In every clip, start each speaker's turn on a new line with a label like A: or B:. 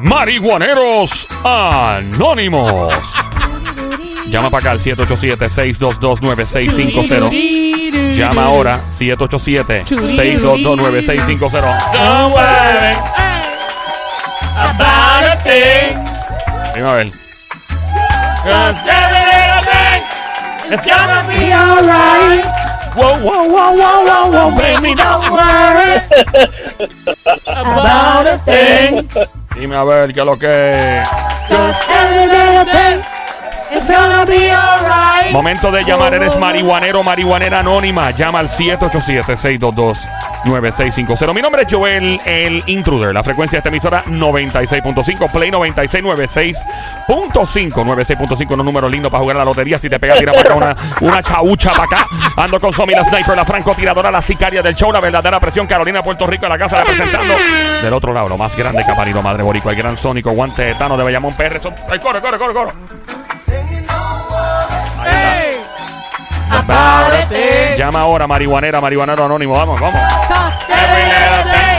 A: Marihuaneros Anónimos. Llama para acá al 787-622-9650. Llama ahora 787-622-9650. Don't worry about a thing. Dime a ver. 'Cause every little thing is gonna be alright. Wow, wow, wow, wow, wow, wow, baby, don't worry about a thing. Dime a ver qué es lo que. Momento de llamar, eres marihuanero, marihuanera anónima. Llama al 787-622-9650. Mi nombre es Joel, el intruder. La frecuencia de esta emisora 96.5, Play 96, 96.5. 96.5, unos números lindos para jugar a la lotería. Si te pega, tira para acá una, una chaucha para acá. Ando con Somi, la sniper, la francotiradora, la sicaria del show, la verdadera presión. Carolina, Puerto Rico, en la casa representando. Del otro lado, lo más grande que ha parido Madre Boricua, el gran sónico, guante de Tano de Bayamón PR. Son... ¡Ay, corre, corre, corre, corre! Ahí está. Llama ahora, marihuanera, marihuanero anónimo. Vamos, vamos.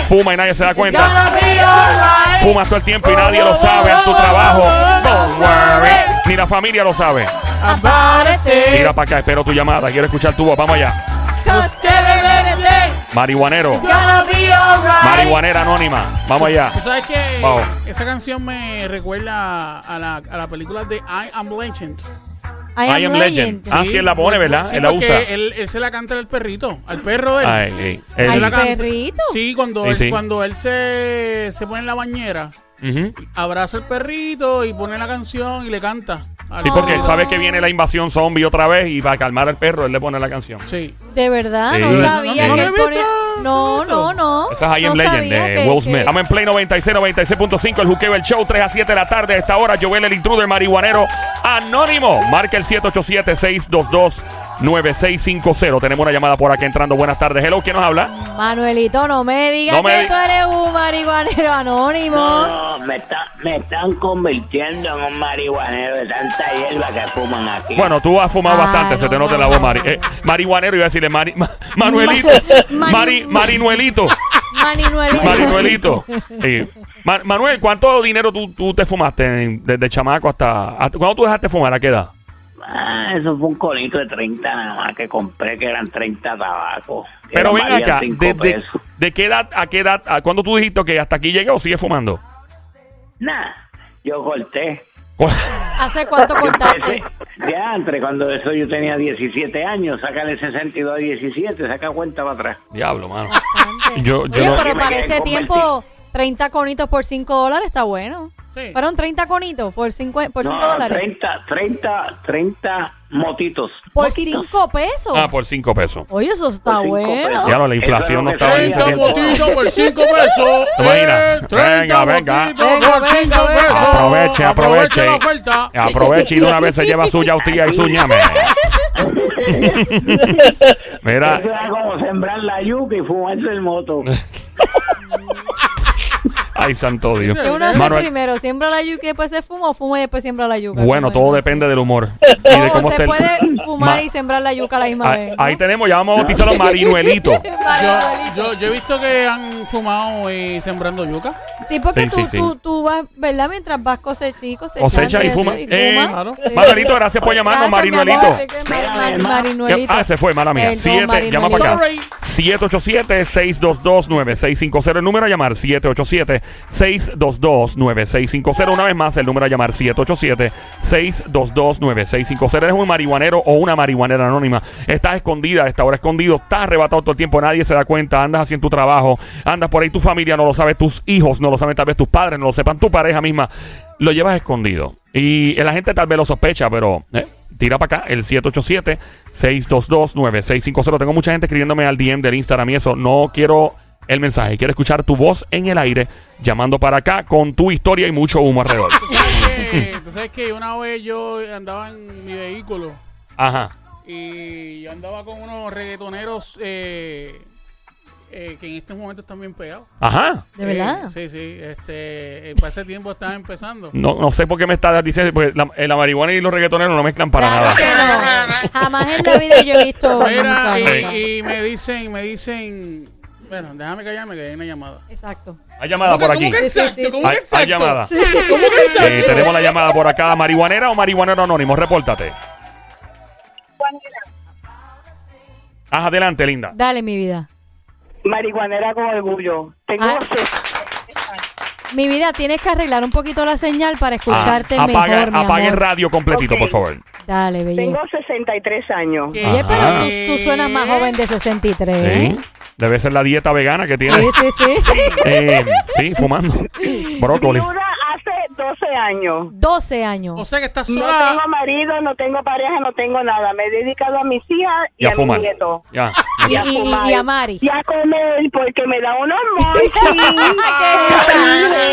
A: Fuma y nadie se da cuenta. Fumas todo el tiempo y nadie lo sabe en tu trabajo. Don't worry. Ni la familia lo sabe. Mira para acá, espero tu llamada. Quiero escuchar tu voz. Vamos allá. Marihuanero, marihuanera anónima. Vamos allá.
B: ¿Tú sabes que
A: Vamos.
B: esa canción me recuerda a la, a la película de I Am Legend?
A: I am legend. Ah, sí, él la pone, ¿verdad?
B: Sí,
A: él la
B: porque
A: usa.
B: Él, él se la canta al perrito, al perro de él.
A: Ay, sí. Él-
B: Se
C: Ay,
B: la
C: ¿Al
B: canta.
C: perrito?
B: Sí, cuando
A: Sí,
B: él,
A: sí.
B: Cuando él se, se pone en la bañera,
A: Ujú.
B: abraza al perrito y pone la canción y le canta. al
A: Sí, porque él
B: perrito.
A: sabe que viene la invasión zombie otra vez y para calmar al perro, él le pone la canción.
B: Sí.
C: De verdad,
A: Sí.
C: no sabía
A: No, no,
C: que
A: no,
C: él
B: no,
C: ponía-
B: no,
C: No, no, no.
A: Esa es I Am
C: Oh, No
A: Legend
C: sabía
A: de
C: que-
A: Will
C: que-
A: Smith. Estamos en Play 96, 96.5, el juqueo, el show, 3 a 7 de la tarde. A esta hora, Joel, el intruder marihuanero anónimo. Marca el 787-622-9650. Tenemos una llamada por aquí entrando. Buenas tardes. Hello, ¿quién nos habla?
C: Manuelito, no me digas
A: No me
C: que
A: di-
C: tú eres un marihuanero anónimo.
D: No, me, está- me están convirtiendo en un marihuanero de tanta hierba que fuman aquí.
A: Bueno, tú has fumado
C: Ah,
A: bastante,
C: no,
A: se te nota
C: no,
A: la voz,
C: no,
A: Mari.
C: no,
A: eh,
C: no.
A: marihuanero, iba a decirle Mari- Ma- Manuelito.
C: Mari-
A: Mari- Marinuelito.
C: Manuelito.
A: Manuelito. Sí. Ma- Manuel, ¿cuánto dinero tú, tú te fumaste en- desde chamaco hasta, hasta. ¿Cuándo tú dejaste fumar? ¿A qué edad?
D: Ah, eso fue un conito de 30 nada más que compré, que eran 30 tabacos. que
A: Pero ven
D: valían
A: acá,
D: cinco
A: de, de-
D: pesos.
A: de qué edad a qué edad? A, ¿Cuándo tú dijiste que hasta aquí llegué o sigues fumando?
D: Nah, yo corté.
A: Cu-
C: ¿Hace cuánto cortaste?
D: De antes, cuando eso yo tenía 17 años, sácale 62 a 17, saca cuenta para atrás.
A: Diablo, mano.
C: Bastante.
A: Yo- yo
C: Oye,
A: no-
C: pero para
D: Me
C: ese
D: convertí.
C: tiempo, 30 conitos por 5 dólares está bueno.
B: Sí.
C: Fueron 30 conitos por 5 por cinco
D: No,
C: dólares.
D: 30, 30, 30 motitos.
C: Por
D: Motitos.
C: 5 pesos.
A: Ah, por cinco pesos.
C: Oye, eso está
D: por cinco
C: bueno.
D: pesos.
A: Ya lo, la
D: Eso
A: inflación no
D: es lo que
A: estaba
D: sabía.
B: 30
A: diciendo.
B: botitos por 5 pesos.
A: ¿Te imaginas?
B: Eh, 30
A: Venga, venga.
B: botitos por
C: Venga,
B: 5
C: venga,
B: pesos.
C: venga.
A: Aproveche, aproveche.
B: la oferta.
A: Aproveche y de una vez se lleva su yautía y su ñame. Mira,
D: Eso era como sembrar la yuca y fumarse el moto.
A: ay, santo Dios.
C: ¿Qué uno hace
A: Manuel,
C: primero? ¿Siembra la yuca y después se fuma o fuma y después siembra la yuca?
A: bueno,
C: ¿Cómo
A: todo
C: es?
A: depende del humor y de
C: O
A: cómo esté
C: se
A: el-
C: puede fumar
A: Ma-
C: y sembrar la yuca a la misma
A: ahí,
C: vez.
A: ahí tenemos, ya vamos a bautizar los marinuelitos.
B: Yo,
C: Manuelito.
B: yo, yo he visto que han fumado eh, sembrando yuca.
C: Sí, porque
A: Sí,
C: tú,
A: sí, sí.
C: Tú, tú vas, ¿verdad? Mientras vas cosecha, sí, cosechando.
A: Cosecha y
C: eso,
A: fuma. Eh,
B: claro.
C: Sí.
A: Manuelito, gracias por llamarnos,
C: Pues, Gracias,
A: marinuelito.
C: mi amor, así que mar- mar- Marinuelito.
A: Ah, se fue, mala mía.
C: Perdón,
A: Siete, llama
C: Marinuelito.
A: para acá.
B: Sorry.
A: 787-622-9650. El número a llamar 787-622-9650. Una vez más, el número a llamar 787-622-9650. Eres un marihuanero o una marihuanera anónima. Estás escondida, estás ahora escondido, estás arrebatado todo el tiempo, nadie se da cuenta, andas haciendo tu trabajo, andas por ahí, tu familia no lo sabe, tus hijos no lo saben, tal vez tus padres no lo sepan, tu pareja misma. Lo llevas escondido. Y la gente tal vez lo sospecha, pero... eh, Tira para acá el 787-622-9650. Tengo mucha gente escribiéndome al DM del Instagram y eso. No quiero el mensaje. Quiero escuchar tu voz en el aire llamando para acá con tu historia y mucho humo alrededor.
B: Tú sabes que, tú sabes que una vez yo andaba en mi vehículo
A: Ajá.
B: y yo andaba con unos reggaetoneros eh, eh, que en estos momentos están bien pegados.
A: Ajá.
C: ¿De verdad?
B: Eh, sí, sí. Este, eh, para ese tiempo estaba empezando.
A: No, no sé por qué me estás diciendo. Porque la, eh, la marihuana y los reggaetoneros no mezclan para
C: claro
A: nada.
C: que no. Jamás en la vida yo he visto.
B: Mira,
C: nunca, nunca.
B: y, y me dicen, me dicen, Bueno, déjame callarme que hay una llamada.
C: Exacto.
A: Hay llamada Ah, por aquí.
B: ¿Cómo que
C: Sí, sí, sí,
B: exacto? ¿Cómo
A: Hay,
B: que
A: hay
B: exacto?
A: llamada.
C: Sí.
B: ¿Cómo que exacto?
A: Eh, tenemos la llamada por acá. ¿Marihuanera o marihuanero anónimo? Repórtate. Ah, adelante, linda.
C: Dale, mi vida.
E: Marihuanera con orgullo. Tengo
C: Ah.
E: unos ses-
C: Mi vida, tienes que arreglar un poquito la señal para escucharte
A: Ah,
C: mejor,
A: apaga,
C: mi amor.
A: apague el radio completito,
E: Ok.
A: por favor.
C: Dale,
E: tengo
C: belleza.
E: 63 años.
B: ¿Qué?
C: Oye, pero
A: Ah.
C: tú,
B: ¿Qué?
C: tú suenas más
B: Eh,
C: joven de 63. ¿eh?
A: Sí. Debe ser la dieta vegana que tiene.
C: Sí, sí, sí.
A: Eh, sí, fumando. Brócoli.
E: Viuda hace 12 años.
C: 12 años.
B: O sea que estás
E: No
B: sola.
E: tengo marido, no tengo pareja, no tengo nada. Me he dedicado a mis hijas
A: Y
E: y,
A: a
E: a, mis
A: fumar.
E: nietos.
A: Ya.
C: Y,
E: a
C: y- y-
E: fumar.
C: y a Mari.
E: Y a comer porque me da unos monchis.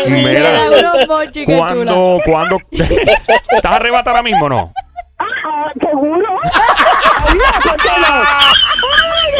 C: Le da
A: Mira,
C: unos mochis, qué chula.
A: ¿cuándo, cuándo? ¿Estás arrebatada ahora mismo o no?
E: Ah, ¿Seguro? Adiós, ¿por qué no?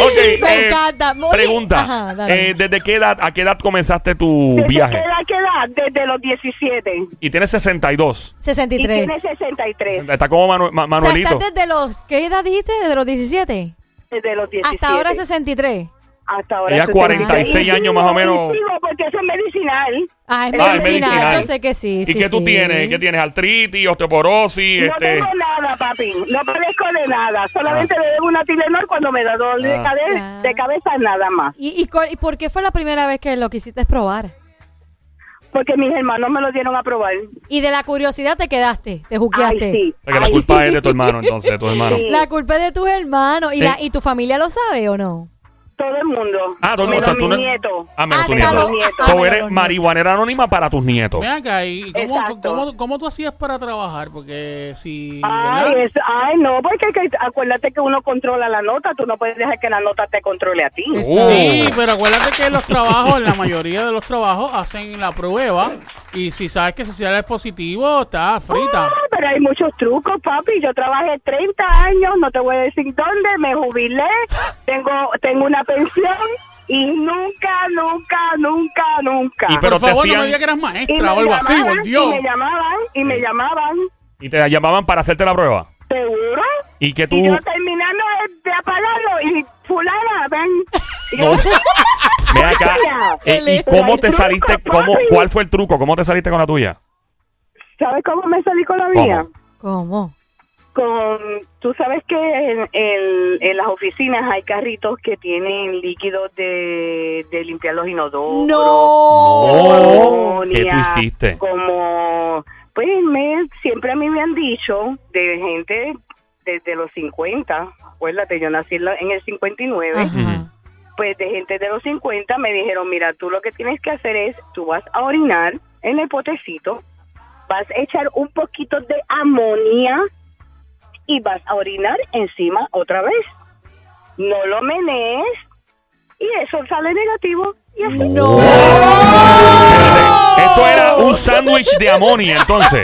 A: Ok, eh,
C: Me encanta. Oye,
A: Pregunta.
C: ajá, dale.
A: eh, ¿Desde qué edad, a qué edad comenzaste tu
E: ¿Desde
A: viaje?
E: qué edad, qué edad? Desde los 17.
A: Y tienes 62.
E: Y
C: 63.
E: tiene 63.
A: Está como Manu- Ma-
C: O sea,
A: Manuelito.
C: estás desde los. ¿Qué edad dijiste? ¿Desde los 17?
E: Desde los 17.
C: Hasta ahora 63.
E: Hasta ahora.
A: Ella
E: eso
A: 46
E: tiene-
A: años más o menos.
E: Y sigo, porque eso es medicinal.
C: Ah, es
A: Ah,
C: medicina.
A: es medicinal.
C: Yo sé que sí.
A: ¿Y
C: sí,
A: qué tú
C: sí.
A: tienes? ¿Qué tienes? ¿Artritis, osteoporosis?
E: No
A: este...
E: tengo nada, papi. No padezco de nada. Solamente le debo una Tilenol cuando me da dolor de,
A: Ah.
E: cabe-
C: Ah.
E: de cabeza, nada más.
C: ¿Y, y, cu- y por qué fue la primera vez que lo quisiste probar?
E: Porque mis hermanos me lo dieron a probar.
C: Y de la curiosidad te quedaste, te juzgaste.
E: Ay, sí.
A: O sea, que la
E: Ay,
A: culpa
E: sí.
A: es de tu hermano, entonces, de tu hermano.
E: Sí.
C: La culpa es de tus hermanos. ¿Y,
A: Sí.
C: la, ¿Y tu familia lo sabe o no?
E: Todo el mundo.
A: Ah, todo el mundo. O
E: Menos
A: sea, tú
E: mi
A: no-
E: nieto.
A: Ah, menos tu
C: Hasta
A: nieto.
E: los nietos.
A: So,
C: Ah, menos
A: eres
C: los
A: marihuanera anónima para tus nietos.
B: Ven acá, ¿y cómo,
E: Exacto.
B: cómo, cómo tú hacías para trabajar? Porque si...
E: Ay,
B: ¿verdad?
E: es- ay, no, porque que- acuérdate que uno controla la nota, tú no puedes dejar que la nota te controle a ti.
A: Oh.
B: Sí, pero acuérdate que los trabajos, la mayoría de los trabajos hacen la prueba y si sabes que si es positivo, está frita.
E: Ah, pero hay muchos trucos, papi. Yo trabajé 30 años, no te voy a decir dónde, me jubilé, tengo tengo una pensión y nunca, nunca, nunca, nunca.
A: Y pero
B: Por
A: te
B: favor, no
A: hacían-
B: me digas que eras
E: Y
B: maestra o algo así, por
E: y
B: Dios.
E: me llamaban, y me llamaban,
A: Y te llamaban para hacerte la prueba.
E: ¿seguro?
A: Y que tú...
E: Y yo terminando de- de apagarlo y fulana, ven. Y yo,
A: Ve acá. eh, ¿Y cómo te
E: Pero hay truco,
A: saliste? ¿Cómo,
E: papi.
A: ¿Cuál fue el truco? ¿Cómo te saliste con la tuya?
E: ¿Sabes cómo me salí con la mía?
A: ¿Cómo?
C: ¿Cómo?
E: con tú sabes que en, en- en las oficinas hay carritos que tienen líquidos de, de limpiar los
C: No.
E: inodoros
A: No. Oh, ¿Qué tú hiciste?
E: como pues me siempre a mí me han dicho de gente desde los 50 acuérdate yo nací en la- en el 59
C: Ajá.
E: pues de gente de los 50 me dijeron, mira, tú lo que tienes que hacer es, tú vas a orinar en el potecito, vas a echar un poquito de amonía y vas a orinar encima otra vez. No lo menees y eso sale negativo. Y así.
A: Mm.
C: No.
A: Esto era un sándwich de amonia, entonces.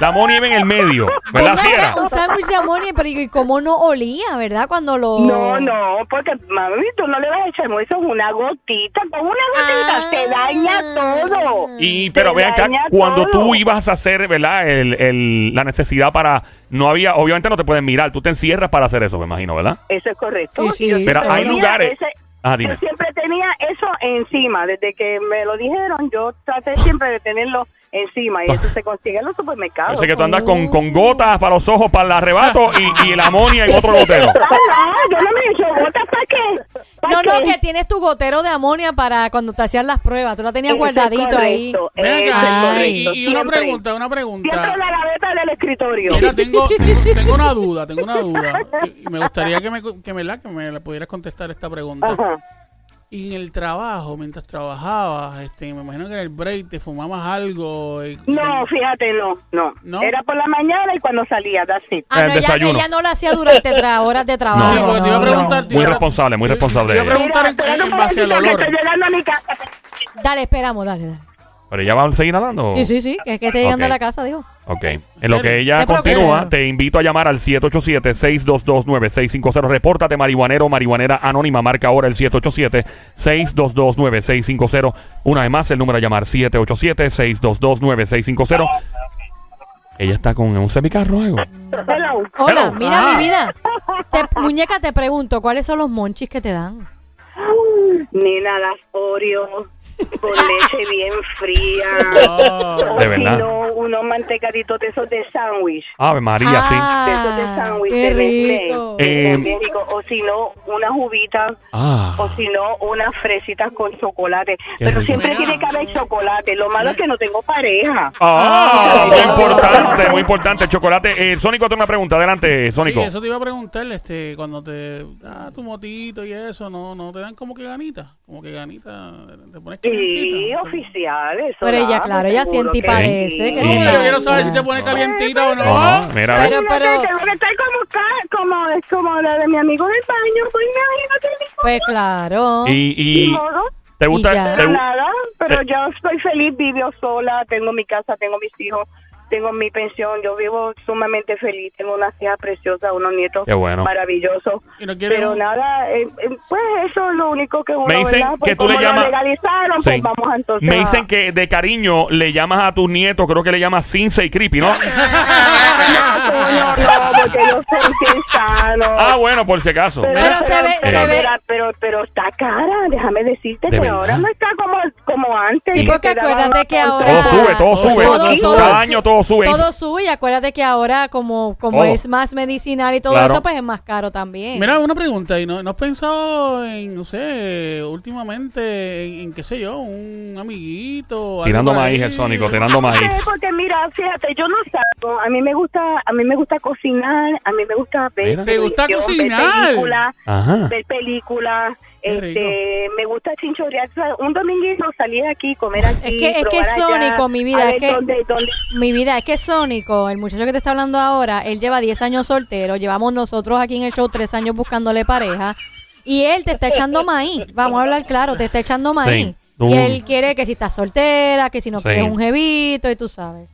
A: La amonia iba en el medio. ¿Verdad,
C: Venga,
A: Pues fiera?
C: Un sándwich de amonia, pero ¿y cómo no olía, verdad? Cuando lo...
E: No, no, porque mami, tú no le vas a echar eso, es una gotita, con una gotita
C: Ah.
E: te daña todo.
A: Y,
E: Te
A: pero vean acá,
E: daña
A: cuando
E: todo.
A: tú ibas a hacer, ¿verdad? El, el- la necesidad para. No había. Obviamente no te pueden mirar. Tú te encierras para hacer eso, me imagino, ¿verdad?
E: Eso es correcto.
C: Sí, sí,
E: Yo
C: Pero
E: siempre
A: hay
E: tenía
A: lugares- Ah, dime.
E: Yo siempre tenía eso encima. Desde que me lo dijeron, yo traté siempre de tenerlo encima. Y eso se consigue en los
A: Yo
E: supermercados.
A: sé que tú andas con, con gotas para los ojos, para el arrebato y, y la amonia en otro gotero.
E: Ah, no, yo no me he hecho botas. ¿Para qué? ¿Pa'
C: No, no,
E: qué?
C: que tienes tu gotero de amonia para cuando te hacían las pruebas. Tú la tenías
E: Eso es
C: guardadito ahí.
E: correcto,
B: Ven
E: eso es
B: acá,
C: Ay.
B: y,
E: correcto,
B: y una
E: siempre.
B: pregunta, una
E: Siempre
B: pregunta.
E: la gaveta del escritorio.
B: Mira, tengo, tengo, tengo una duda, tengo una duda. Y, y me gustaría que me, que, me la- que me la pudieras contestar esta pregunta.
E: Ajá.
B: Y en el trabajo, mientras trabajabas, este, me imagino que en el break te fumabas algo. y-
E: No, fíjate, no, no,
B: ¿No?
E: Era por la mañana y cuando salía, that's it.
C: Ah,
A: El
C: no, ella,
A: desayuno.
C: ella no lo hacía durante tra- horas de trabajo.
B: Ah, Sí, porque te iba a
C: no,
B: preguntar.
C: no.
B: te
A: Muy
B: iba a-
A: responsable, muy
B: te- Te
A: responsable
B: iba a
A: ella.
B: preguntar en-
E: Mira, espérate
B: en,
E: un
B: base al
E: momentito que
B: olor.
E: estoy llegando a mi casa.
C: Dale, esperamos, dale, dale.
A: Pero ya van a seguir hablando.
C: Sí, sí, sí, que es que esté llegando
A: Oh. Ok.
C: a la casa, dijo.
A: Ok. En lo que ella
C: Ya, pero
A: continúa,
C: que-
A: te invito a llamar al 787-622-9650. Repórtate, marihuanero o marihuanera anónima. Marca ahora el 787-622-9650. Una vez más, el número a llamar 787-622-9650. Ella está con un semicarro o algo.
E: Hello.
C: Hola,
A: Hello.
C: mira
B: Ah.
C: mi vida. Te- muñeca, te pregunto, ¿cuáles son los monchis que te dan?
E: Nena, las Oreo con leche bien fría.
B: Oh,
E: O
A: De
E: si
A: verdad.
E: no, unos mantecaditos de esos de sándwich.
A: Ave María, sí.
E: De esos de sándwich.
C: Ah, qué
E: de Nestlé,
C: rico.
E: de
A: Eh,
E: México. O si no, unas uvitas. O
A: Ah.
E: si no, unas fresitas con chocolate.
A: Qué
E: Pero
A: rico.
E: siempre tiene que haber chocolate. Lo malo es que no tengo pareja.
A: Ah, muy importante, muy importante. El chocolate. Eh, Sónico, tengo una pregunta. Adelante, Sónico.
B: Sí, eso te iba a preguntar, este, cuando te da tu motito y eso, no, no te dan como que ganita, como que ganita, te pones
E: Sí,
B: calientita.
E: oficial. Eso
C: Pero ella,
E: da, pues,
C: claro, ella
E: seguro
C: siente y
E: que
C: parece,
E: sí.
C: que
B: No,
C: te
B: pero
C: da-
B: yo quiero saber si se pone calientita o no. Ah,
A: Ajá, mira, a ver.
C: Pero,
E: No
C: pero-
E: sé, tengo que estar como ca- como es como la de mi amigo del baño, pues imagínate mi
C: Pues claro.
A: Y,
E: ni
A: y
E: modo,
A: te
C: Y ya.
A: gusta, te
E: pero
A: gu-
E: nada, pero yo estoy feliz, vivo sola, tengo mi casa, tengo mis hijos, tengo mi pensión, yo vivo sumamente feliz, tengo unas hijas preciosas, unos nietos
A: Qué bueno.
E: maravillosos.
B: Y no quiere
E: Pero
B: un-
E: nada, eh, eh, pues eso es lo único que uno,
A: me dicen
E: ¿verdad? Pues
A: que tú le
E: como lo
A: llamas.
E: legalizaron,
A: Sí.
E: pues vamos a entonces.
A: me
E: a-
A: dicen que de cariño le llamas a tus nietos, creo que le llamas Cince y Creepy, ¿no?
E: Ah, no, no, no, porque yo soy bien sano.
A: Ah, bueno, por si acaso.
C: Pero se ve-
E: pero,
A: se
C: ve-
E: Pero, pero, pero está cara, déjame decirte
A: De
E: que
A: verdad.
E: ahora no está como, como antes.
C: Sí,
E: que
C: porque
E: te daban
C: acuérdate que
E: los
C: ahora...
A: Todo sube, todo
B: sube, todo sube.
A: Cada año todo sube.
C: Todo sube y acuérdate que ahora como, como
A: Todo.
C: es más medicinal y todo
A: Claro.
C: eso, pues es más caro también.
B: Mira, una pregunta, ¿y no, no has pensado en, no sé, últimamente, en, en qué sé yo, un amiguito? algo
A: Tirando
B: por
A: maíz,
B: ahí?
A: el Sónico, tirando eh, maíz.
E: Sí, porque mira, fíjate, yo no salgo. A mí me gusta, a mí me gusta cocinar, a mí me gusta ver.
A: Mira.
B: ¿Te gusta
E: televisión, ver
B: cocinar?
E: películas,
A: Ajá.
E: ver películas.
B: Qué
E: Este, me gusta chinchorear. O sea, Un dominguito salir aquí, comer aquí.
C: que- es que
E: probar allá,
C: Sónico, mi vida,
E: a
C: es
E: ver
C: que-
E: dónde- dónde-
C: Mi vida, es que Sónico, el muchacho que te está hablando ahora, él lleva 10 años soltero, llevamos nosotros aquí en el show 3 años buscándole pareja y él te está echando maíz, vamos a hablar claro, te está echando maíz.
A: Sí. Tú-
C: Y él quiere que si estás soltera, que si no
A: Sí.
C: quieres un jevito y tú sabes.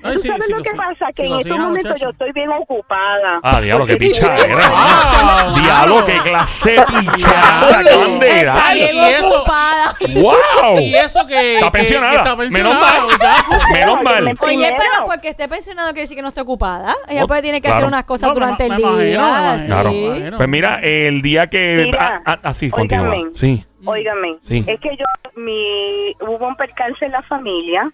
B: Ay,
E: ¿Tú
B: sí,
E: sabes
B: sí,
E: lo que
B: sí.
E: pasa? Que
B: Sí,
E: en
B: lo
E: estos
B: siguen al
E: momentos
B: muchacho.
E: yo estoy bien ocupada.
A: Ah, diablo, qué pichada.
B: Ah,
A: diablo,
B: mano.
A: qué clase de pichada.
B: Diablo.
A: acaban de
B: Está
A: dar.
B: bien. y eso-
C: ocupada.
A: ¡Wow!
B: Y eso que...
A: Oh. Está
B: que- que
A: pensionada.
B: está
A: Menos
B: pensionada,
A: mal.
B: muchacho.
A: Menos mal.
C: Oye, pero
E: Primero.
C: porque esté pensionado quiere decir que no está ocupada. Ella
A: No,
C: puede tiene que
A: claro.
C: hacer unas cosas
B: No, me
C: durante
B: ma-
C: el
B: me imagino,
C: día.
B: me
C: sí.
A: Claro.
B: imagino.
A: Pues mira, el día que.
E: Mira,
A: Así,
E: óigame.
A: continúa. Sí.
E: Óigame,
A: Sí.
E: es que yo, mi, hubo un percance en la familia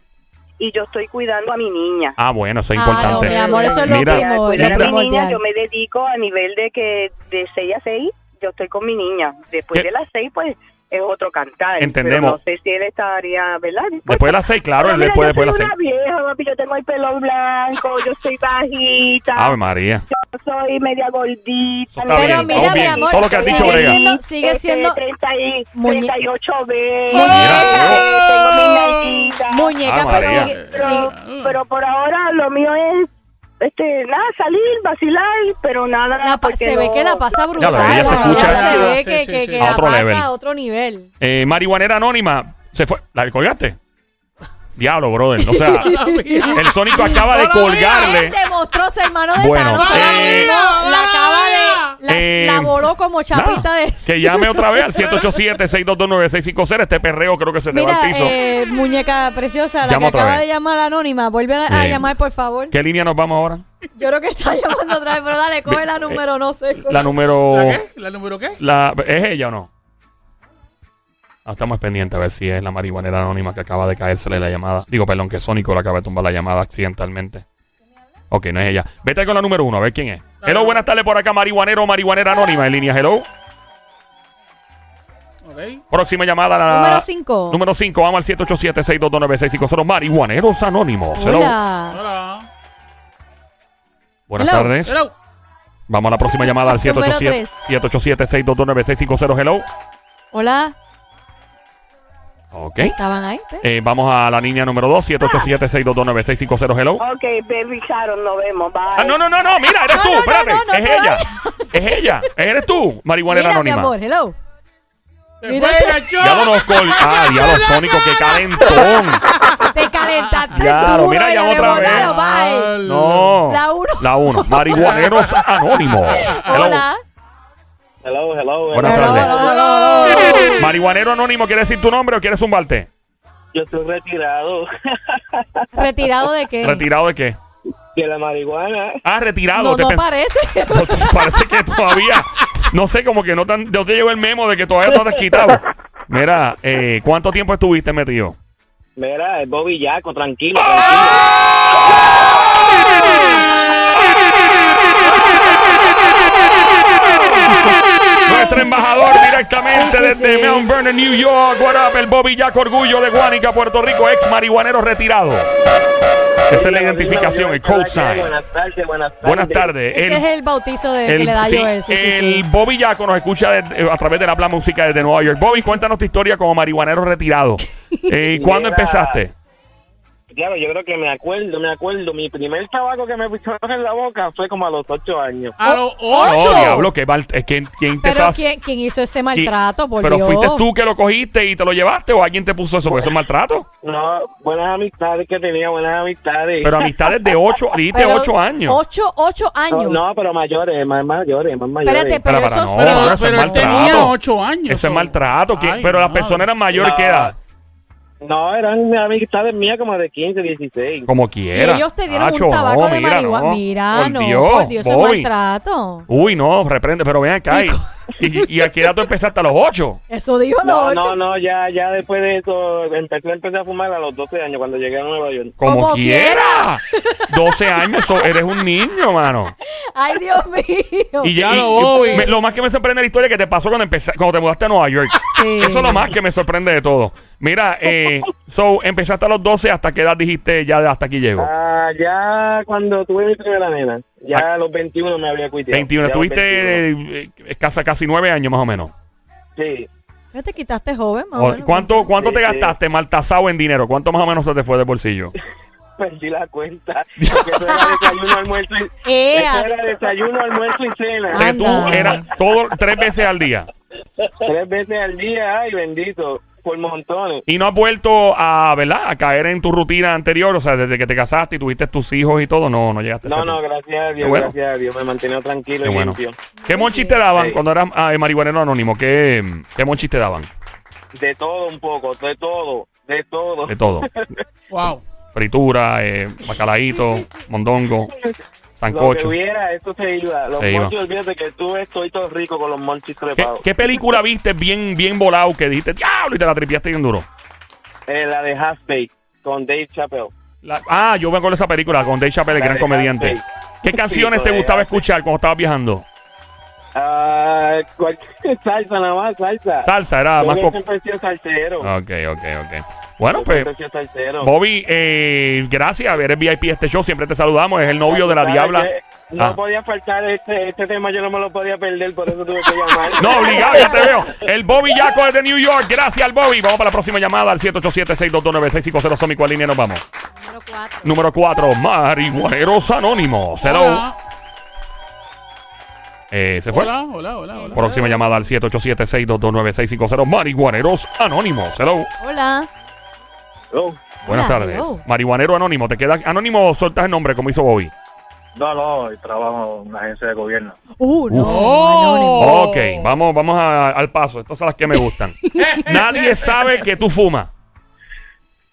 E: y yo estoy cuidando a mi niña.
A: Ah, bueno, eso es
C: Ah, no, mi
A: importante.
C: amor, eso es lo,
A: Mira,
C: primor- lo
E: Cuidar a mi niña,
C: primordial.
E: yo me dedico a nivel de que de 6 a 6, yo estoy con mi niña. Después
A: ¿Qué?
E: de las 6, pues es otro cantar.
A: Eh. Entendemos.
E: Pero no sé si él estaría, ¿verdad? Pues,
A: Después de las seis, claro,
E: Pero
A: él
E: mira,
A: después,
E: yo
A: después de las
E: soy
A: seis.
E: una vieja, papi, yo tengo el pelo blanco, yo soy bajita,
A: Ave María.
E: yo soy media gordita.
A: Está
C: Pero
A: bien,
C: mira,
A: estamos
C: mi
A: bien.
C: amor,
A: Todo lo que has dicho,
C: sigue
A: Brega.
C: siendo, sigue
E: Este,
C: siendo
E: 30 y-
C: Muñe- Oh,
E: 38 veces. Este,
A: Mira,
E: Tengo mi nalguita.
C: muñeca,
A: Ah,
C: pues
A: María.
C: sigue-
E: Pero,
C: sigue-
E: pero por ahora lo mío es este nada salir vacilar pero nada
C: la pa-
E: porque
C: se ve
E: no-
C: que la pasa brutal.
A: ella se
C: la verdad,
A: escucha-
C: se ve
B: Sí,
C: que,
B: sí,
C: que-
B: sí.
C: que
A: A
C: la
A: otro
C: pasa
A: level.
C: a otro nivel.
A: Eh, marihuanera anónima. Se fue. ¿La colgaste? Diablo, brother. O sea, el Sónico acaba de
B: Hola, mía.
A: colgarle.
C: Él demostró ser hermano de
A: Bueno,
C: Thanos. ahora
A: eh,
C: mismo la acaba de... La,
A: eh,
C: la voló como chapita
A: Nada,
C: de...
A: Que llame otra vez al 787-622-9650. Este perreo creo que se te va
C: Mira,
A: al piso.
C: eh, muñeca preciosa, la
A: Llama
C: que
A: otra
C: acaba
A: vez.
C: de llamar anónima, vuelve a, a
A: Bien.
C: llamar, por favor.
A: ¿Qué línea nos vamos ahora?
C: Yo creo que está llamando otra vez, pero dale, coge la número, no sé.
A: eh, La número.
B: ¿La
F: Oh.
B: qué? ¿La número qué?
A: La, ¿Es ella o no? Ah, estamos pendientes a ver si es la marihuanera anónima que acaba de caérsele la llamada. Digo, perdón, que Sónico le acaba de tumbar la llamada accidentalmente. Ok, no es ella. Vete con la número uno, a ver quién es. Hello, buenas tardes por acá, marihuanero o marihuanera anónima en línea. Hello.
B: Ok.
A: Próxima llamada. La,
C: Número cinco.
A: Número 5. Vamos al 787-622-9650. Marihuaneros anónimos. Hello.
C: Hola.
B: Hola.
A: Buenas
C: Hello.
A: tardes.
B: Hello.
A: Vamos a la próxima llamada al
C: Número
A: 787 787-622-9650. Hello.
C: Hola.
A: Ok.
C: ¿Estaban ahí?
A: Eh, vamos a la línea número 2, 787-622-9650. Hello.
E: ok baby Sharon nos vemos bye
A: Ah, no, no, no, no, mira, eres
C: No,
A: tú,
C: no, no,
A: espérate.
C: no, no
A: es
C: te
A: ella.
C: vayas.
A: Es ella. Eres tú, marihuanera
C: Mira,
A: anónima.
C: mi amor, hello.
B: Se
C: Mira
B: fue,
C: tú.
B: enganchó.
A: Ya no nos col. Ah, diablo, Sónico, qué calentón.
C: Te calentaste
A: Claro,
C: duro,
A: mira,
C: ya
A: llama otra vez.
C: rebotado, bye.
B: Al-
A: No.
C: La uno.
A: La uno. Marihuaneros anónimos. Hello.
C: Hola.
G: Hello, hello. eh,
A: Buenas
G: hello.
A: tardes.
C: Hola, hola, hola, hola.
A: Marihuanero anónimo, ¿quieres decir tu nombre o quieres zumbarte?
G: Yo estoy retirado
C: ¿Retirado de qué?
A: ¿Retirado de qué?
G: de la marihuana.
A: Ah, retirado.
C: No,
A: te
C: no
A: pens-
C: parece.
A: Parece que todavía. No sé, como que no, tan, no te llegó el memo de que todavía no te has quitado. Mira, eh, ¿cuánto tiempo estuviste metido?
G: Mira, es Bobby Yaco, tranquilo, tranquilo.
A: Nuestro embajador directamente
C: Sí, sí,
A: desde
C: sí.
A: Mount Vernon, New York. What up, el Bobby Jack Orgullo de Guánica, Puerto Rico, ex marihuanero retirado. Esa es la
G: Dímelo, dímelo,
A: identificación, el code
G: dímelo,
A: sign.
G: Buenas tardes, buenas tardes.
A: Buenas tardes.
C: Ese
A: El-
C: es el bautizo de, que
A: el-
C: le da
A: sí,
C: Joel. Sí, sí, sí.
A: el Bobby Yaco nos escucha desde- a través de la Plan Música desde Nueva York. Bobby, cuéntanos tu historia como marihuanero retirado. Eh, ¿Cuándo
G: Mira.
A: empezaste?
G: Claro, yo creo que me acuerdo, me acuerdo. Mi primer tabaco que me pusieron en la boca fue como a los ocho años.
B: A los
A: No,
B: ocho.
A: Oh, diablo, que mal, es que, ¿quién te
C: Pero
A: estás-
C: ¿quién, quién hizo ese
A: quién-
C: maltrato? Por
A: Pero
C: Dios.
A: fuiste tú que lo cogiste y te lo llevaste o alguien te puso eso, porque eso es maltrato.
G: No, buenas amistades que tenía, buenas amistades.
A: Pero amistades de 8, dijiste
C: Pero
A: 8 años.
C: Ocho, ocho años.
G: no, no, pero mayores, más mayores, más mayores.
C: Espérate, pero,
A: Para, para,
C: eso
A: no,
C: fue-
B: Pero,
A: no, eso es
B: pero él
A: maltrato.
B: tenía ocho años.
A: Eso es
B: solo.
A: maltrato. ¿quién-
B: Ay,
A: pero las
B: madre.
A: personas eran mayores
G: No.
A: que edad.
G: No, eran amistades mías como de 15, 16.
A: Como
C: Y
A: quiera.
C: ellos te dieron
A: Acho,
C: un tabaco
A: no,
C: de
A: mira,
C: marihuana.
A: no.
C: Mira, no. por Dios, eso es
A: Bobby.
C: maltrato.
A: Uy, no, reprende, pero ven acá. Y, y, y a qué edad tú empezaste a los 8.
C: Eso dijo
G: No,
C: los ocho.
G: no, no, ya, ya después de eso empecé, empecé a fumar a los 12 años cuando llegué a Nueva York.
A: Como,
C: Como
A: quiera. 12 años, so- eres un niño, mano.
C: Ay, Dios mío.
A: Y,
B: Ya
A: y-
B: lo
A: y-
B: voy.
A: me- lo más que me sorprende la historia que te pasó cuando, empeza- cuando te mudaste a Nueva York.
C: Sí.
A: Eso es lo más que me sorprende de todo. Mira, eh, so, empezaste a los 12, ¿hasta qué edad dijiste ya de hasta aquí llego?
G: Ah, ya cuando tuve mi primera nena, ya a los 21 me había cuiteado.
A: 21,
G: Ya a los
A: estuviste
G: 21.
A: eh, eh, casi, casi 9 años más o menos.
G: Sí,
C: Ya te quitaste joven, más o
A: O-
C: menos.
A: Oh, ¿Cuánto, cuánto te
G: Sí, sí.
A: gastaste maltasado en dinero? ¿Cuánto más o menos se te fue de bolsillo?
G: perdí la cuenta. Porque eso era desayuno, almuerzo y...
C: Ea.
G: Eso era desayuno, almuerzo y cena.
A: Que tú
C: Anda.
A: eras todo tres veces al día
G: Tres veces al día, ay, bendito, por montones.
A: y no has vuelto a, ¿verdad? A caer en tu rutina anterior, o sea, desde que te casaste y tuviste tus hijos y todo, no, no llegaste. a
G: No,
A: ese
G: no,
A: punto.
G: gracias a Dios,
A: Qué bueno.
G: gracias a Dios, me he mantenido tranquilo
A: Qué
G: y
A: bueno.
G: limpio.
A: ¿Qué monchis te daban
G: Sí.
A: cuando eras ah, marihuanero anónimo? ¿Qué, qué monchis te daban?
G: De todo un poco, de todo, de todo.
A: De todo.
B: Wow.
A: Fritura, eh, bacalaíto, mondongo,
G: Lo que
A: sancocho.
G: hubiera, esto se iba. Los
A: Se iba.
G: monchis, olvídate que tú estoy todo rico con los monchis
A: ¿Qué,
G: trepados.
A: qué película viste bien, bien volado que dijiste, diablo, y te la tripiaste bien duro?
G: Eh, la de Half Baked con Dave Chappelle.
A: La- ah, yo me acuerdo de esa película con Dave Chappelle, que
G: La
A: gran
G: de
A: comediante.
G: Half-Baked.
A: ¿Qué canciones
G: Sí,
A: te
G: la de
A: gustaba
G: Half-Baked.
A: escuchar cuando estabas viajando?
G: Ah, cualquier salsa nada más, salsa.
A: Salsa, era
G: Yo
A: más pop.
G: siempre he sido salsero.
A: Ok, ok, ok. Bueno, pues,
G: Siempre he sido salsero.
A: Bobby, eh, gracias. Eres VIP de este show. Siempre te saludamos. Es el novio de la
G: ¿Sabes
A: Diabla.
G: qué? No
A: Ah.
G: podía faltar este, este tema, yo no me lo podía perder, por eso tuve que llamar.
A: No, obligado, ya te veo. El Bobby Yaco es de New York. Gracias al Bobby. Vamos para la próxima llamada al 787-622-9650. Somi, ¿cuál línea nos vamos?
C: Número cuatro.
A: Número 4, Marihuaneros Anónimos. Hello.
B: Hola,
A: Eh, ¿Se fue?
B: hola, hola, hola, hola.
A: Próxima llamada al 787-622-9650. Marihuaneros Anónimos. Hello.
C: Hola.
G: Oh,
A: Buenas
C: Hola,
A: tardes.
C: hello.
A: Marihuanero Anónimo. ¿Te queda anónimo o soltas el nombre como hizo Bobby?
F: No, no, trabajo en una agencia de gobierno.
C: Uh, no.
B: Oh.
C: anónimo.
B: Oh.
A: Ok, vamos, vamos a- al paso. Estas son las que me gustan. Nadie sabe que tú fumas.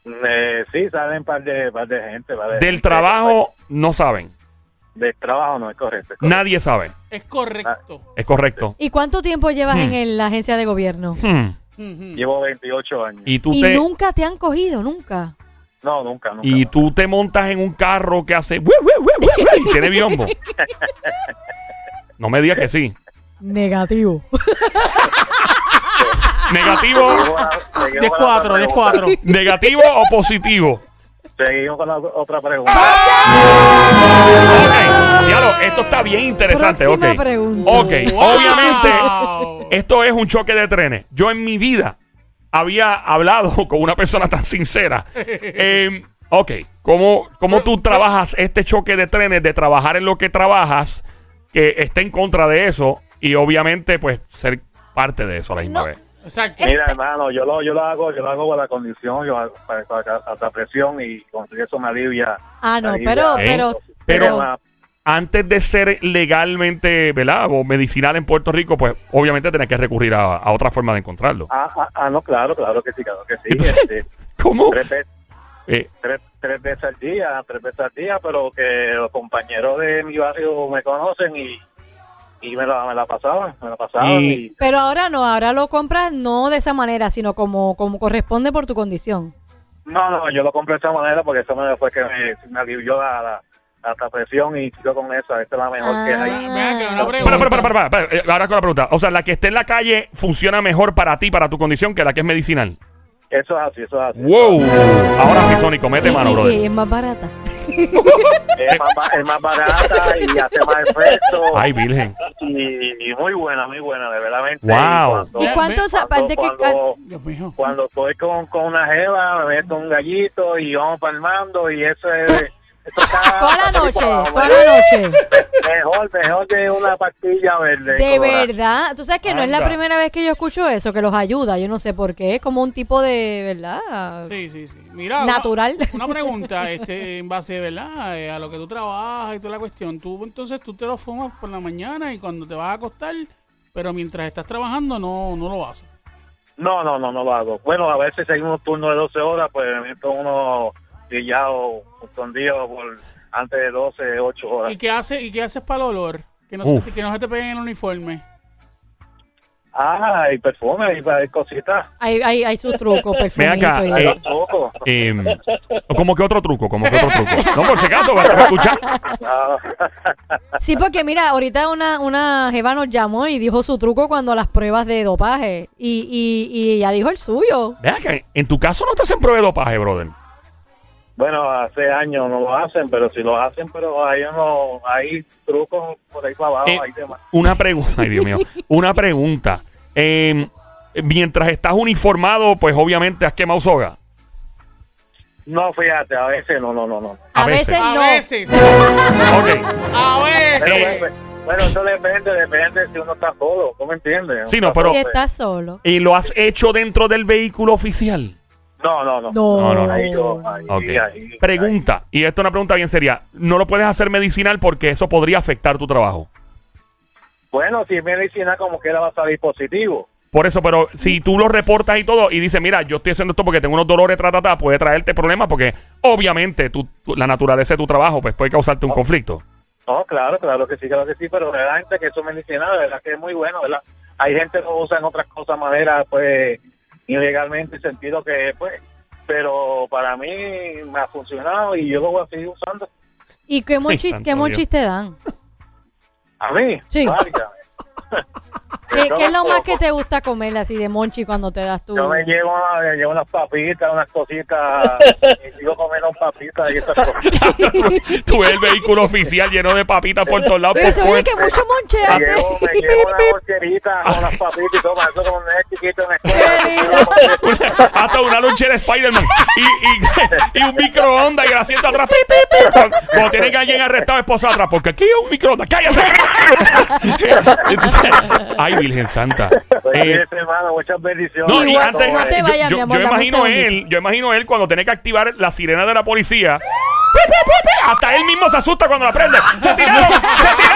F: Eh, sí, saben un par de, par de gente. par de
A: Del
F: gente.
A: trabajo no saben.
F: Del trabajo no es correcto. es correcto.
A: Nadie sabe.
B: Es
F: Ah,
B: correcto.
A: Es correcto.
C: ¿Y cuánto tiempo llevas en el- la agencia de gobierno?
A: Hmm.
F: Llevo 28 años.
A: Y tú
C: Y
A: te
C: nunca te han cogido, nunca.
F: no, nunca, nunca.
A: y
F: no.
A: tú te montas en un carro que hace "Wee, wee, wee, wee, wee", y tiene biombo. No me digas que sí.
C: Negativo.
A: Negativo,
F: Llevo la- seguimos con la
B: Diez
F: otra
B: cuatro, diez
F: pregunta.
B: cuatro.
A: negativo o positivo.
F: Seguimos con la otra pregunta.
A: Ok, diablo, esto está bien interesante.
C: Próxima
A: ok.
C: pregunta.
A: Ok, obviamente
B: Wow.
A: Esto es un choque de trenes. Yo en mi vida había hablado con una persona tan sincera. Eh, ok, ¿cómo, ¿cómo tú trabajas este choque de trenes de trabajar en lo que trabajas que esté en contra de eso y obviamente pues ser parte de eso a la misma
C: No.
A: vez?
B: Exacto.
F: Mira, hermano, yo lo, yo lo hago, yo lo hago con la condición, yo hago para- para- hasta presión y conseguir eso me alivia.
C: Ah, no,
F: alivia
C: pero,
A: ¿eh?
C: pero,
A: Pero-
C: pero,
F: más.
A: Antes de ser legalmente, ¿verdad? O medicinal en Puerto Rico, pues obviamente tenés que recurrir a, a otra forma de encontrarlo.
F: Ah, ah, ah, no, claro, claro que sí, claro que sí. este,
A: ¿Cómo?
F: tres veces-
A: Eh,
F: tres, tres veces al día, tres veces al día, pero que los compañeros de mi barrio me conocen y y me la, me la pasaban, me la pasaban.
A: Y-
F: y
C: Pero ahora no, ahora lo compras no de esa manera, sino como, como corresponde por tu condición.
F: No, no, yo lo compré de esa manera porque esa manera fue que me, me alivió la, la, la presión y sigo con esa. Esta es la mejor que
C: Ah.
F: hay.
B: Mira, que una
A: Para,
B: pregunta.
A: para, para, para, para, eh, Ahora con la pregunta. O sea, la que esté en la calle funciona mejor para ti, para tu condición, que la que es medicinal.
F: Eso es así, eso es así.
A: ¡Wow! Ahora sí, Sónico,
C: Y,
A: mete mano,
C: y-
A: brother.
C: y Eh, es más barata.
F: Es más, ba- es más barata y hace más efecto.
A: Ay, virgen.
F: Y, y muy buena, muy buena, de verdad.
A: Wow.
F: Cuando,
C: ¿Y
B: ve,
C: cuántos, aparte
F: cuando,
C: que...
F: cuando,
B: Dios mío.
F: cuando estoy con, con una jeva, me meto un gallito y vamos palmando y eso es... eso está-
C: Toda la
F: así
C: noche,
F: para abajo.
C: toda la noche.
F: Mejor, mejor que una pastilla verde.
C: De
F: colorada.
C: verdad. Tú sabes que no es la
A: Anda.
C: primera vez que yo escucho eso, que los ayuda. Yo no sé por qué. Es como un tipo de, ¿verdad?
B: Sí, sí, sí. Mira, una-
C: Natural.
B: Una, pregunta, este, en base, ¿verdad? Eh, a lo que tú trabajas y toda la cuestión. Tú, entonces, tú te lo fumas por la mañana y cuando te vas a acostar, pero mientras estás trabajando no, no lo haces.
F: No, no, no, no lo hago. Bueno, a veces hay unos turnos de 12 horas, pues me meto uno pillado, escondido por antes de 12, 8 horas.
B: ¿Y qué haces, y qué haces para el olor? Que no,
A: Uf.
B: se, que no se te peguen en el uniforme.
F: Ah, y perfume, y para cositas.
C: Hay, hay, hay sus trucos, perfumito
A: acá,
C: y
A: eh,
C: eso.
F: Los trucos.
A: Eh, como que otro truco, como que otro truco. No, por si acaso, para para escuchar.
F: Ah,
C: Sí, porque mira, ahorita una, una jeva nos llamó y dijo su truco cuando las pruebas de dopaje. Y, y, y ella dijo el suyo.
A: Ve acá, en tu caso no te hacen prueba de dopaje, brother.
F: bueno, hace años no lo hacen, pero si lo hacen, pero hay, uno, hay trucos por ahí para abajo,
A: Eh,
F: hay demás.
A: una pregunta, ay Dios mío, una pregunta. Eh, mientras estás uniformado, pues obviamente has quemado soga.
F: No, fíjate, a veces no, no, no, no.
A: A
C: A, veces,
A: veces.
B: A
C: no.
B: veces.
A: Ok. Eh,
B: A
F: Pero,
B: veces.
F: bueno, bueno, eso depende, depende si uno está solo, ¿cómo entiendes?
A: Sí, no, pero-
C: Si estás solo.
A: ¿Y lo has hecho dentro del vehículo oficial?
F: No, no, no.
C: No.
A: No, no,
F: Ahí yo, ahí,
A: Ok.
F: ahí, ahí.
A: Pregunta, y esta es una pregunta bien seria. No lo puedes hacer medicinal porque eso podría afectar tu trabajo.
F: Bueno, si es medicina, como quiera va a salir positivo.
A: Por eso, pero si tú lo reportas y todo y dices, mira, yo estoy haciendo esto porque tengo unos dolores, tra, ta, ta", puede traerte problemas porque obviamente tú- tú- la naturaleza de tu trabajo pues puede causarte un conflicto.
F: No, claro, claro que sí, claro que sí, pero realmente que eso es medicina, de verdad que es muy bueno, ¿verdad? Hay gente que lo usa en otras cosas, madera, pues, ilegalmente, en sentido que, pues, pero para mí me ha funcionado y yo lo voy a seguir usando.
C: ¿Y qué monchis,
A: santo
C: qué
A: Dios.
C: monchis te dan?
F: A mí,
C: Sí.
F: válgame.
C: ¿Qué,
F: Yo
C: Eh, qué es lo
F: me-
C: más que te gusta comer así de monchi cuando te das tu...?
F: Yo me llevo, me llevo unas papitas, unas cositas, y sigo comiendo papitas y esas cosas.
A: tú ves el vehículo oficial lleno de papitas por todos lados. pues,
C: Pero se
A: por-
C: oye que mucho
F: Me
C: moncheaste.
F: llevo, me llevo una bolserita con unas papitas y todo, para eso como me es chiquito en la
C: lindo.
F: escuela.
A: hasta una lonchera de Spider-Man y, y- y un microondas y el asiento atrás. pi, pi, pi, cuando, cuando tienen a alguien arrestado, esposa atrás, porque aquí hay un microondas. ¡Cállate! Entonces, ay, Virgen Santa.
F: Pues,
A: Eh,
F: mire, hermano, muchas bendiciones.
A: no, y
C: Igual,
A: antes,
C: no te vayas,
A: yo,
C: mi amor,
A: yo
C: dame un
A: imagino
C: segundito.
A: él, yo imagino él cuando tiene que activar la sirena de la policía. ¡Pi, pi, pi, pi! Hasta él mismo se asusta cuando la prende. ¡Se tiraron! ¡Se tiraron!